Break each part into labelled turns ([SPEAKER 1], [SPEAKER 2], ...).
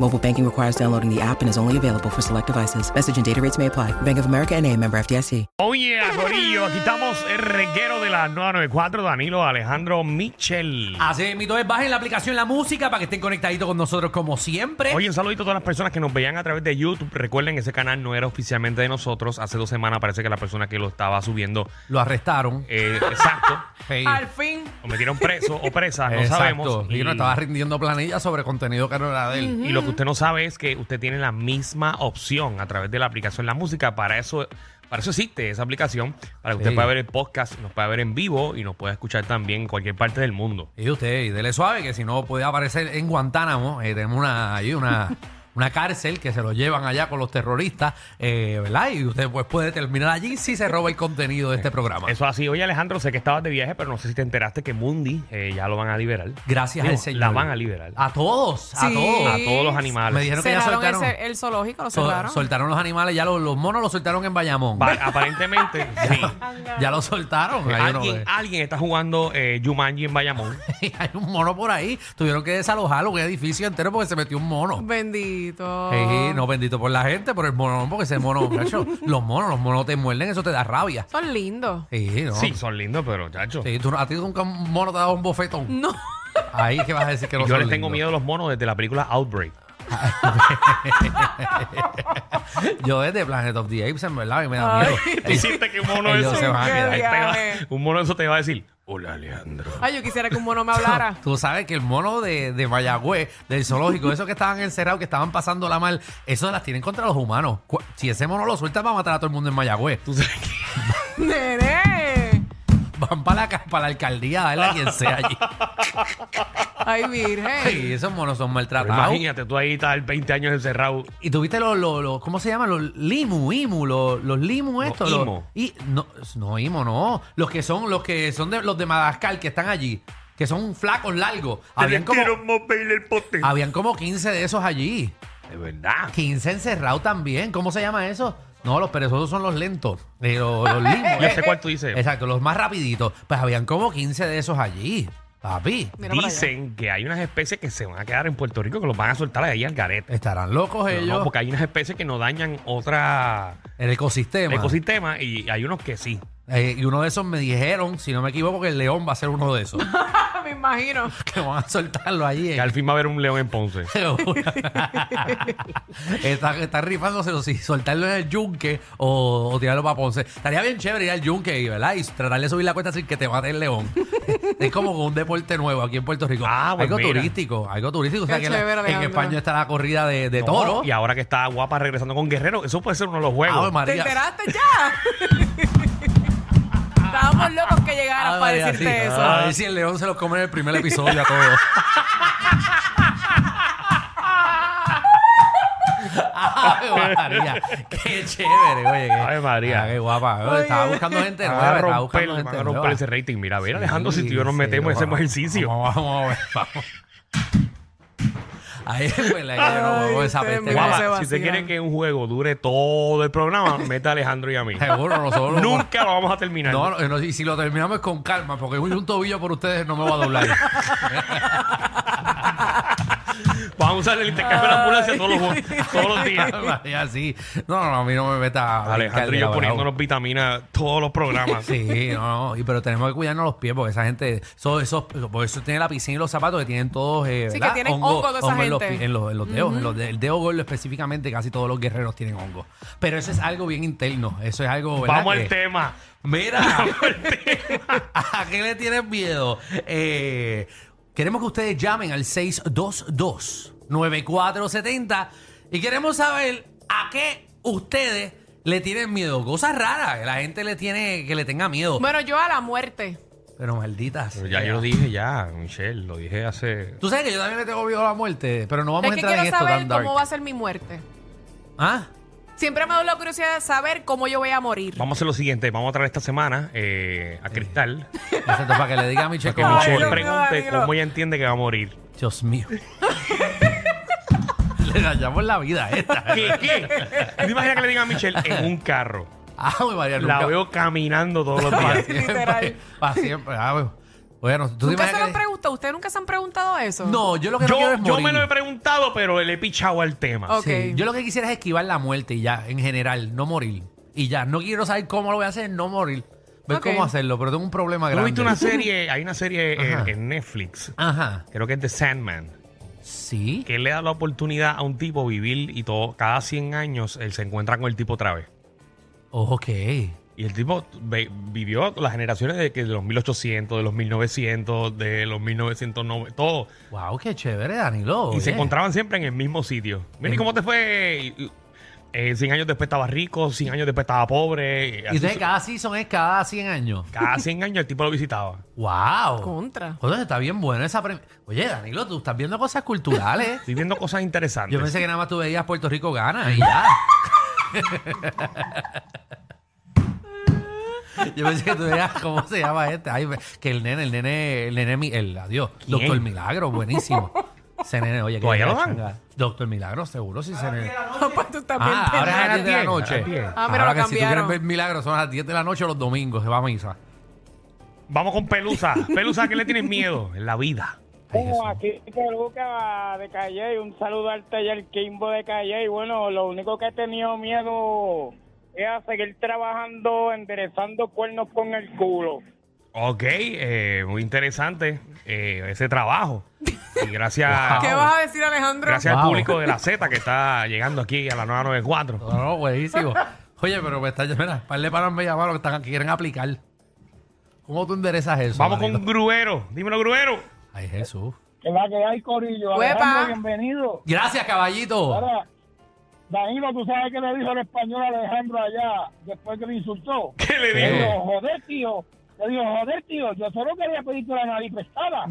[SPEAKER 1] Mobile banking requires downloading the app and is only available for select devices. Message and data rates may apply. Bank of America and a member FDIC.
[SPEAKER 2] Oye, Corillo, aquí estamos el reguero de la 994, Danilo Alejandro Michel.
[SPEAKER 3] Así mito es, bajen la aplicación La Música para que estén conectaditos con nosotros como siempre.
[SPEAKER 2] Oye, un saludito a todas las personas que nos veían a través de YouTube. Recuerden, ese canal no era oficialmente de nosotros. Hace dos semanas parece que la persona que lo estaba subiendo,
[SPEAKER 3] Lo arrestaron.
[SPEAKER 2] eh, exacto,
[SPEAKER 3] Hey.
[SPEAKER 4] Al fin.
[SPEAKER 2] lo metieron preso o presa, no
[SPEAKER 3] Exacto.
[SPEAKER 2] sabemos.
[SPEAKER 3] Y
[SPEAKER 2] Y,
[SPEAKER 3] no estaba rindiendo planilla sobre contenido que no era de él.
[SPEAKER 2] y lo que usted no sabe es que usted tiene la misma opción a través de la aplicación La Música. Para eso, para eso existe esa aplicación, para que usted
[SPEAKER 3] Sí.
[SPEAKER 2] pueda ver el podcast, nos pueda ver en vivo y nos pueda escuchar también en cualquier parte del mundo.
[SPEAKER 3] Y usted, y dele suave, que si no puede aparecer en Guantánamo, eh, tenemos una, ahí una, una cárcel que se lo llevan allá con los terroristas, eh, ¿verdad? Y usted pues puede terminar allí si se roba el contenido de este programa.
[SPEAKER 2] Eso así. Oye, Alejandro, sé que estabas de viaje, pero no sé si te enteraste que Mundi eh, ya lo van a liberar.
[SPEAKER 3] Gracias
[SPEAKER 2] Digo,
[SPEAKER 3] al Señor.
[SPEAKER 2] La van a liberar. A,
[SPEAKER 3] A todos, a
[SPEAKER 4] Sí.
[SPEAKER 3] todos.
[SPEAKER 2] todos los animales.
[SPEAKER 3] Me dijeron que ya
[SPEAKER 4] Cerraron
[SPEAKER 3] soltaron.
[SPEAKER 4] ese- el zoológico, lo
[SPEAKER 3] Sol-
[SPEAKER 4] cerraron.
[SPEAKER 3] soltaron los animales, ya los, los monos los soltaron en Bayamón.
[SPEAKER 2] Pa- aparentemente, sí.
[SPEAKER 3] Ya lo soltaron. Ahí uno
[SPEAKER 2] alguien,
[SPEAKER 3] ve.
[SPEAKER 2] alguien está jugando eh, Jumanji en Bayamón.
[SPEAKER 3] Hay un mono por ahí. Tuvieron que desalojarlo, un edificio entero porque se metió un mono.
[SPEAKER 4] Bendito.
[SPEAKER 3] Ey, no bendito por la gente, por el mono, no, porque ese mono, muchacho, los monos, los monos te muerden, eso te da rabia.
[SPEAKER 4] Son lindos.
[SPEAKER 3] Ey, no.
[SPEAKER 2] Sí, son lindos, pero chacho.
[SPEAKER 3] Sí, tú no- a ti nunca un mono te ha dado un bofetón.
[SPEAKER 4] No.
[SPEAKER 3] Ahí que vas a decir que no
[SPEAKER 2] Yo
[SPEAKER 3] son
[SPEAKER 2] les tengo miedo a
[SPEAKER 3] lindos.
[SPEAKER 2] los monos desde la película Outbreak.
[SPEAKER 3] Yo desde Planet of the Apes, en verdad, y me da
[SPEAKER 4] Ay.
[SPEAKER 3] miedo.
[SPEAKER 2] ¿Tú
[SPEAKER 3] Ey,
[SPEAKER 2] sientes que un mono
[SPEAKER 3] Ellos
[SPEAKER 2] eso
[SPEAKER 3] se van a quedar.
[SPEAKER 2] Ahí te va-
[SPEAKER 4] Diablo.
[SPEAKER 2] un mono eso te va a decir, hola Alejandro.
[SPEAKER 4] Ay, yo quisiera que un mono me hablara.
[SPEAKER 3] Tú sabes que el mono de, de Mayagüez, del zoológico, esos que estaban encerrados, que estaban pasando la mal, eso las tienen contra los humanos. Cu- Si ese mono lo suelta, va a matar a todo el mundo en Mayagüez.
[SPEAKER 2] Tú sabes que-
[SPEAKER 4] Nene.
[SPEAKER 3] Van para la, ca- para la alcaldía a darle a quien sea allí.
[SPEAKER 4] Ay, virgen.
[SPEAKER 3] Y esos monos son
[SPEAKER 2] Pero
[SPEAKER 3] maltratados.
[SPEAKER 2] imagínate, tú ahí estás 20 años encerrado.
[SPEAKER 3] Y tuviste los, los, los- ¿cómo se llaman? Los limu, imu, los, los limu estos. los-
[SPEAKER 2] imo.
[SPEAKER 3] y, no, no, imo, no. Los que son, los que son de, los de Madagascar que están allí, que son flacos, largos. Habían
[SPEAKER 2] Te
[SPEAKER 3] como,
[SPEAKER 2] quiero mover el pote.
[SPEAKER 3] habían como 15 de esos allí.
[SPEAKER 2] De verdad.
[SPEAKER 3] 15 encerrados también. ¿Cómo se llama eso? No, los perezosos son los lentos. Eh, los, los limos.
[SPEAKER 2] Yo sé cuál tú dices.
[SPEAKER 3] Exacto, los más rapiditos. Pues habían como 15 de esos allí, papi.
[SPEAKER 4] Mira para allá.
[SPEAKER 2] Dicen que hay unas especies que se van a quedar en Puerto Rico que los van a soltar ahí al garete.
[SPEAKER 3] Estarán locos
[SPEAKER 2] Pero
[SPEAKER 3] ellos.
[SPEAKER 2] No, porque hay unas especies que no dañan otra
[SPEAKER 3] El ecosistema.
[SPEAKER 2] ecosistema y hay unos que sí.
[SPEAKER 3] Eh, y uno de esos me dijeron, si no me equivoco, que el león va a ser uno de esos.
[SPEAKER 4] Me imagino.
[SPEAKER 3] que van a soltarlo allí.
[SPEAKER 2] Que
[SPEAKER 3] eh.
[SPEAKER 2] al fin va a haber un león en Ponce.
[SPEAKER 3] Seguro. está, está rifándose si soltarlo en el yunque o, o tirarlo para Ponce. Estaría bien chévere ir al yunque y, ¿verdad? y tratar de subir la cuesta sin que te mate el león. es como un deporte nuevo aquí en Puerto Rico.
[SPEAKER 2] Ah, pues
[SPEAKER 3] algo
[SPEAKER 2] mira.
[SPEAKER 3] turístico, algo turístico. O sea,
[SPEAKER 4] Qué
[SPEAKER 3] que la-
[SPEAKER 4] chévere,
[SPEAKER 3] en
[SPEAKER 4] Alejandro.
[SPEAKER 3] España está la corrida de, de
[SPEAKER 2] No,
[SPEAKER 3] toro. Ah, pues,
[SPEAKER 2] Y ahora que está guapa regresando con Guerrero, eso puede ser uno de los
[SPEAKER 3] Ave
[SPEAKER 2] juegos.
[SPEAKER 4] ¿Te
[SPEAKER 3] María.
[SPEAKER 4] enteraste ya? Estábamos locos que llegaras
[SPEAKER 3] Ave
[SPEAKER 4] para
[SPEAKER 3] Ah, María,
[SPEAKER 4] decirte
[SPEAKER 3] Ah, sí.
[SPEAKER 4] eso.
[SPEAKER 3] A ver si el león se los come en el primer episodio a todos. Ave María, qué chévere, oye. qué-
[SPEAKER 2] Ave María.
[SPEAKER 3] Ah, qué guapa. oye, estaba buscando gente
[SPEAKER 2] Van a
[SPEAKER 3] nueva, estaba
[SPEAKER 2] romper,
[SPEAKER 3] buscando
[SPEAKER 2] van a
[SPEAKER 3] gente
[SPEAKER 2] romper
[SPEAKER 3] nueva.
[SPEAKER 2] ese rating. Mira, a ver,
[SPEAKER 3] Sí,
[SPEAKER 2] Alejandro, si tú y yo nos
[SPEAKER 3] sí,
[SPEAKER 2] metemos en ese
[SPEAKER 3] vamos,
[SPEAKER 2] ejercicio.
[SPEAKER 3] Vamos, vamos a ver, vamos. Ahí es verdad que yo no
[SPEAKER 4] Ay,
[SPEAKER 3] juego esa
[SPEAKER 4] ustedes
[SPEAKER 3] peste.
[SPEAKER 4] mismos
[SPEAKER 2] Guapa,
[SPEAKER 3] guapa.
[SPEAKER 4] se vacilan.
[SPEAKER 2] si usted quiere que un juego dure todo el programa, meta a Alejandro y a mí.
[SPEAKER 3] Seguro, nosotros lo-
[SPEAKER 2] Nunca lo vamos a terminar.
[SPEAKER 3] No, no, no, y si lo terminamos es con calma, porque uy, un tobillo por ustedes no me va a doblar.
[SPEAKER 2] Vamos a usar el intercambio de la ambulancia todos los, todos los días.
[SPEAKER 3] María, sí. No, no, a mí no me meta. a
[SPEAKER 2] Alejandro
[SPEAKER 3] brincarle
[SPEAKER 2] y yo
[SPEAKER 3] abajo.
[SPEAKER 2] poniéndonos vitaminas todos los programas.
[SPEAKER 3] Sí, no, no. Y, pero tenemos que cuidarnos los pies porque esa gente, eso, eso, por eso tiene la piscina y los zapatos que tienen todos. Eh,
[SPEAKER 4] Sí,
[SPEAKER 3] ¿verdad?
[SPEAKER 4] que tienen hongo toda esa
[SPEAKER 3] en los,
[SPEAKER 4] gente.
[SPEAKER 3] pi- en los- en los dedos. en los de- el dedo gordo específicamente, casi todos los guerreros tienen hongo. Pero eso es algo bien interno. Eso es algo. ¿verdad?
[SPEAKER 2] Vamos
[SPEAKER 3] que-
[SPEAKER 2] al tema.
[SPEAKER 3] Mira, ¿a qué le tienes miedo? Eh, queremos que ustedes llamen al 622-9470 y queremos saber a qué ustedes le tienen miedo. Cosas raras que la gente le tiene que le tenga miedo.
[SPEAKER 4] Bueno, yo a la muerte.
[SPEAKER 3] Pero malditas.
[SPEAKER 2] Pero ya yo lo dije ya, Michelle, lo dije hace...
[SPEAKER 3] Tú sabes que yo también le tengo miedo a la muerte, pero no vamos
[SPEAKER 4] es
[SPEAKER 3] a
[SPEAKER 4] que
[SPEAKER 3] entrar
[SPEAKER 4] quiero
[SPEAKER 3] en esto
[SPEAKER 4] saber
[SPEAKER 3] tan dark.
[SPEAKER 4] cómo va a ser mi muerte.
[SPEAKER 3] ¿Ah?
[SPEAKER 4] Siempre me ha dado la curiosidad de saber cómo yo voy a morir.
[SPEAKER 2] Vamos a hacer lo siguiente. Vamos a traer esta semana eh, a Cristal.
[SPEAKER 3] Exacto, para que le diga a Michelle
[SPEAKER 2] Que
[SPEAKER 3] cómo
[SPEAKER 4] Ay,
[SPEAKER 2] Michelle
[SPEAKER 4] Dios
[SPEAKER 3] morir.
[SPEAKER 4] mío,
[SPEAKER 2] pregunte
[SPEAKER 4] Danilo.
[SPEAKER 2] cómo ella entiende que va a morir.
[SPEAKER 3] Dios mío. le rayamos la vida a esta.
[SPEAKER 2] ¿Qué? ¿Qué? ¿Te imaginas que le diga a Michelle en un carro?
[SPEAKER 3] Ah, me María
[SPEAKER 2] La
[SPEAKER 3] nunca-
[SPEAKER 2] veo caminando todos los días.
[SPEAKER 4] Literal.
[SPEAKER 3] Para siempre. Ah, bueno. Bueno, tú te
[SPEAKER 4] ¿Nunca se
[SPEAKER 3] imaginas
[SPEAKER 4] lo han
[SPEAKER 3] que-
[SPEAKER 4] preguntado? ¿Ustedes nunca se han preguntado eso?
[SPEAKER 3] No, yo lo que no quiero
[SPEAKER 2] Yo,
[SPEAKER 3] es
[SPEAKER 2] yo
[SPEAKER 3] morir. Oh,
[SPEAKER 2] me lo he preguntado, pero le he pichado al tema.
[SPEAKER 4] Ok.
[SPEAKER 3] Sí, Yo lo que quisiera es esquivar la muerte y ya, en general, no morir. Y ya, no quiero saber cómo lo voy a hacer, no morir. Ver
[SPEAKER 4] Ok.
[SPEAKER 3] cómo hacerlo, pero tengo un problema
[SPEAKER 2] ¿Tú
[SPEAKER 3] grande.
[SPEAKER 2] viste una serie? Hay una serie en-
[SPEAKER 3] Ajá.
[SPEAKER 2] en Netflix.
[SPEAKER 3] Ajá.
[SPEAKER 2] Creo que es The Sandman.
[SPEAKER 3] Sí.
[SPEAKER 2] que él le da la oportunidad a un tipo vivir y todo, cada 100 años él se encuentra con el tipo otra vez.
[SPEAKER 3] Ok.
[SPEAKER 2] Y el tipo ve- vivió las generaciones de, que de los 1800, de los 1900, de los 1990, todo.
[SPEAKER 3] Wow, qué chévere, Danilo.
[SPEAKER 2] y se
[SPEAKER 3] oye.
[SPEAKER 2] encontraban siempre en el mismo sitio. Mira, ¿y cómo te fue? Y- y- eh, 100 años después estaba rico, 100 años después estaba pobre. y
[SPEAKER 3] Y
[SPEAKER 2] así
[SPEAKER 3] entonces
[SPEAKER 2] su-
[SPEAKER 3] cada season es cada 100 años.
[SPEAKER 2] cada 100 años el tipo lo visitaba.
[SPEAKER 3] Wow.
[SPEAKER 4] Contra.
[SPEAKER 3] Joder, está bien buena esa premisa. Oye, Danilo, tú estás viendo cosas culturales.
[SPEAKER 2] Estoy viendo cosas interesantes.
[SPEAKER 3] Yo pensé que nada más tú veías Puerto Rico gana y ya. Yo pensé que tú veías cómo se llama este. Ay, que el nene, el nene, el nene, mi- el adiós.
[SPEAKER 2] ¿Quién?
[SPEAKER 3] Doctor Milagro, buenísimo. Ese nene, oye, que
[SPEAKER 2] ¿Todavía lo dan?
[SPEAKER 3] Doctor Milagro, seguro, sí, ese nene.
[SPEAKER 4] Papá, Pues tú estás bien
[SPEAKER 3] Ah, ahora es a las 10 de la
[SPEAKER 2] pendejo.
[SPEAKER 3] noche.
[SPEAKER 2] A las 10.
[SPEAKER 4] Ah, pero
[SPEAKER 3] ahora que
[SPEAKER 4] lo
[SPEAKER 3] si tú quieres
[SPEAKER 4] cambiaron.
[SPEAKER 3] ver milagros, son a las 10 de la noche o los domingos, se va a misa.
[SPEAKER 2] Vamos con Pelusa. Pelusa, ¿a qué le tienes miedo? En la vida.
[SPEAKER 3] Ay, Jesús.
[SPEAKER 5] Bueno, aquí Peluca de Calle, un saludo al taller Kimbo de Calle. Y bueno, lo único que he tenido miedo es a seguir trabajando, enderezando cuernos con el culo.
[SPEAKER 2] Ok, eh, muy interesante eh, ese trabajo. Y gracias,
[SPEAKER 3] Wow.
[SPEAKER 4] ¿Qué vas a decir, Alejandro?
[SPEAKER 2] Ah, gracias al
[SPEAKER 3] Wow.
[SPEAKER 2] público de la Z que está llegando aquí a la 994.
[SPEAKER 3] No, no, buenísimo. Oye, pero me está llamando. Par de panas me llamaron que están, que quieren aplicar. ¿Cómo tú enderezas eso?
[SPEAKER 2] Vamos
[SPEAKER 3] Danilo?
[SPEAKER 2] con Gruero. Dímelo, Gruero.
[SPEAKER 3] Ay, Jesús.
[SPEAKER 5] Que va que hay, Corillo.
[SPEAKER 4] Uepa.
[SPEAKER 5] Alejandro, bienvenido.
[SPEAKER 3] Gracias, caballito.
[SPEAKER 5] Ahora, Danilo, ¿tú sabes qué le dijo el español a Alejandro allá después que le insultó?
[SPEAKER 2] ¿Qué le
[SPEAKER 5] Le
[SPEAKER 2] digo?
[SPEAKER 5] dijo, joder, tío. Le dijo, joder, tío, yo solo quería pedirte la nariz prestada.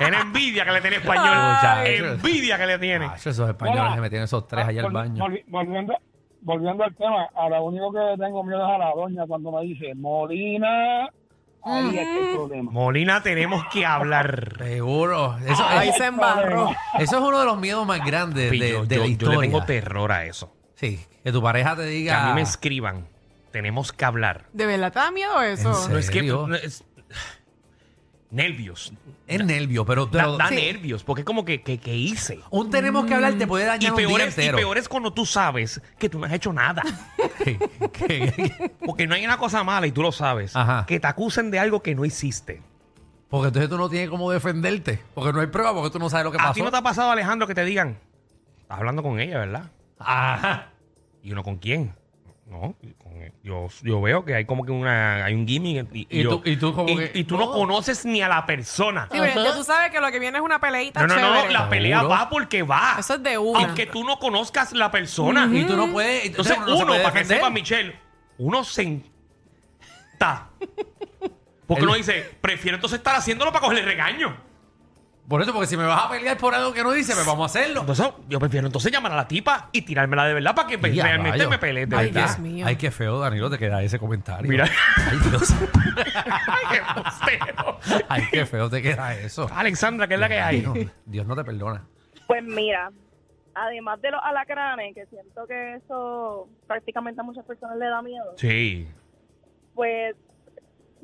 [SPEAKER 2] Era envidia que le tiene español.
[SPEAKER 3] Ay.
[SPEAKER 2] envidia que le tiene.
[SPEAKER 3] Ah, esos españoles
[SPEAKER 5] Hola.
[SPEAKER 3] que metieron esos tres
[SPEAKER 5] Ah,
[SPEAKER 3] allá al
[SPEAKER 5] vol-
[SPEAKER 3] baño.
[SPEAKER 5] volvi- volviendo, volviendo al tema, a lo único que tengo miedo es a la doña cuando me dice, Molina, ahí es que hay problema.
[SPEAKER 2] Molina, tenemos que hablar.
[SPEAKER 3] Seguro. Eso,
[SPEAKER 4] Ahí
[SPEAKER 3] eso-
[SPEAKER 4] se embarró.
[SPEAKER 3] eso es uno de los miedos más grandes de,
[SPEAKER 2] yo,
[SPEAKER 3] de
[SPEAKER 2] yo-
[SPEAKER 3] la
[SPEAKER 2] yo
[SPEAKER 3] historia.
[SPEAKER 2] le tengo terror a eso.
[SPEAKER 3] sí, que tu pareja te
[SPEAKER 2] Que
[SPEAKER 3] diga.
[SPEAKER 2] a mí me escriban. Tenemos que hablar.
[SPEAKER 4] ¿De verdad te da miedo eso?
[SPEAKER 3] En serio.
[SPEAKER 2] No es que.
[SPEAKER 3] serio?
[SPEAKER 2] no, es- nervios.
[SPEAKER 3] Es nervio, pero,
[SPEAKER 2] Da,
[SPEAKER 3] pero
[SPEAKER 2] da nervios. Porque es como que, que, que hice.
[SPEAKER 3] un tenemos que hablar te puede
[SPEAKER 2] Y
[SPEAKER 3] dañar un
[SPEAKER 2] peor,
[SPEAKER 3] día
[SPEAKER 2] es, y
[SPEAKER 3] entero.
[SPEAKER 2] peor es cuando tú sabes que tú no has hecho nada.
[SPEAKER 3] Que- que-
[SPEAKER 2] Porque no hay una cosa mala y tú lo sabes.
[SPEAKER 3] Ajá.
[SPEAKER 2] Que te acusen de algo que no hiciste.
[SPEAKER 3] porque entonces tú no tienes cómo defenderte. Porque no hay prueba, porque tú no sabes lo que
[SPEAKER 2] A
[SPEAKER 3] pasó.
[SPEAKER 2] ti no te ha pasado, Alejandro, que te digan, estás hablando con ella, ¿verdad?
[SPEAKER 3] Ajá.
[SPEAKER 2] Y uno, ¿con quién? No, con él. yo, yo veo que hay como que una, hay un gimmick. Y,
[SPEAKER 3] Y
[SPEAKER 2] yo-
[SPEAKER 3] tú- y tú como
[SPEAKER 2] y-
[SPEAKER 3] que-
[SPEAKER 2] y tú no
[SPEAKER 3] no.
[SPEAKER 2] conoces ni a la persona.
[SPEAKER 4] Sí, pero ya tú sabes que lo que viene es una peleita
[SPEAKER 2] No, no, no,
[SPEAKER 4] chévere.
[SPEAKER 2] la pelea
[SPEAKER 3] Seguro.
[SPEAKER 2] va porque va.
[SPEAKER 4] Eso es de una.
[SPEAKER 2] Aunque tú no conozcas la persona.
[SPEAKER 3] Y tú no puedes.
[SPEAKER 2] Entonces,
[SPEAKER 3] no Eh, se
[SPEAKER 2] uno,
[SPEAKER 3] puede
[SPEAKER 2] para que
[SPEAKER 3] defender.
[SPEAKER 2] sepa, Michelle, uno senta. Porque
[SPEAKER 3] El-
[SPEAKER 2] uno dice, prefiero entonces estar haciéndolo para cogerle regaño.
[SPEAKER 3] Por eso, porque si me vas a pelear por algo que no dice, pues vamos a hacerlo.
[SPEAKER 2] Entonces, yo prefiero entonces llamar a la tipa y tirármela de verdad para que
[SPEAKER 3] Ya,
[SPEAKER 2] realmente
[SPEAKER 3] rayo.
[SPEAKER 2] me pelee de
[SPEAKER 4] Ay,
[SPEAKER 2] verdad.
[SPEAKER 4] Dios mío.
[SPEAKER 3] Ay, qué feo, Danilo, te queda ese comentario.
[SPEAKER 2] Mira.
[SPEAKER 3] Ay, Dios.
[SPEAKER 2] Ay, qué postero.
[SPEAKER 3] Ay, qué feo te queda eso.
[SPEAKER 2] Alexandra, ¿qué es la que
[SPEAKER 3] No,
[SPEAKER 2] hay?
[SPEAKER 3] Dios no te perdona.
[SPEAKER 6] Pues mira, además de los alacranes, que siento que eso prácticamente a muchas personas le da miedo,
[SPEAKER 2] Sí.
[SPEAKER 6] pues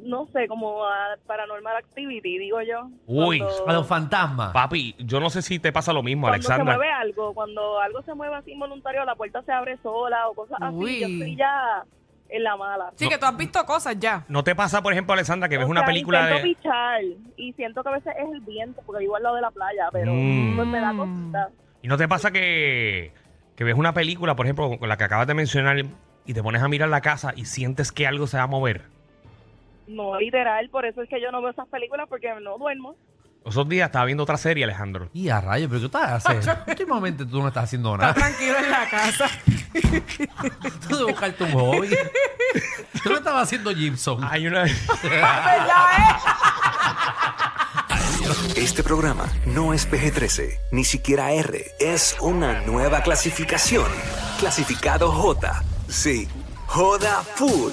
[SPEAKER 6] no sé, como a Paranormal Activity, digo yo.
[SPEAKER 2] Uy,
[SPEAKER 3] A los fantasmas.
[SPEAKER 2] Papi, yo no sé si te pasa lo mismo,
[SPEAKER 6] cuando se
[SPEAKER 2] Alexandra.
[SPEAKER 6] mueve algo, cuando algo se mueve así involuntario, la puerta se abre sola o cosas así,
[SPEAKER 4] Uy.
[SPEAKER 6] yo estoy ya en la mala.
[SPEAKER 4] Sí, que tú has visto cosas ya.
[SPEAKER 2] ¿No te pasa, por ejemplo, Alexandra, que ves
[SPEAKER 6] O
[SPEAKER 2] una
[SPEAKER 6] sea,
[SPEAKER 2] película
[SPEAKER 6] intento
[SPEAKER 2] de.
[SPEAKER 6] pichar y siento que a veces es el viento, porque vivo al lado de la playa, pero
[SPEAKER 2] Mm.
[SPEAKER 6] pues me da cosita.
[SPEAKER 2] ¿Y no te pasa que, que ves una película, por ejemplo, con la que acabas de mencionar, y te pones a mirar la casa y sientes que algo se va a mover?
[SPEAKER 6] No, literal, por eso es que yo no veo esas películas, porque no duermo.
[SPEAKER 2] Los otros días estaba viendo otra serie, Alejandro.
[SPEAKER 3] Y a rayos, pero ¿qué tú estás haciendo? Últimamente tú no estás
[SPEAKER 2] Ah.
[SPEAKER 3] haciendo
[SPEAKER 4] Está
[SPEAKER 3] nada.
[SPEAKER 4] tranquilo en la casa.
[SPEAKER 3] Tú debes buscarte un hobby. Tú no
[SPEAKER 2] Ah.
[SPEAKER 3] estabas haciendo Gibson.
[SPEAKER 2] Hay una.
[SPEAKER 4] ¿Verdad, eh?
[SPEAKER 3] adentro.
[SPEAKER 7] Este programa no es PG-13, ni siquiera R. Es una nueva clasificación. Clasificado J. Sí. Joda Full.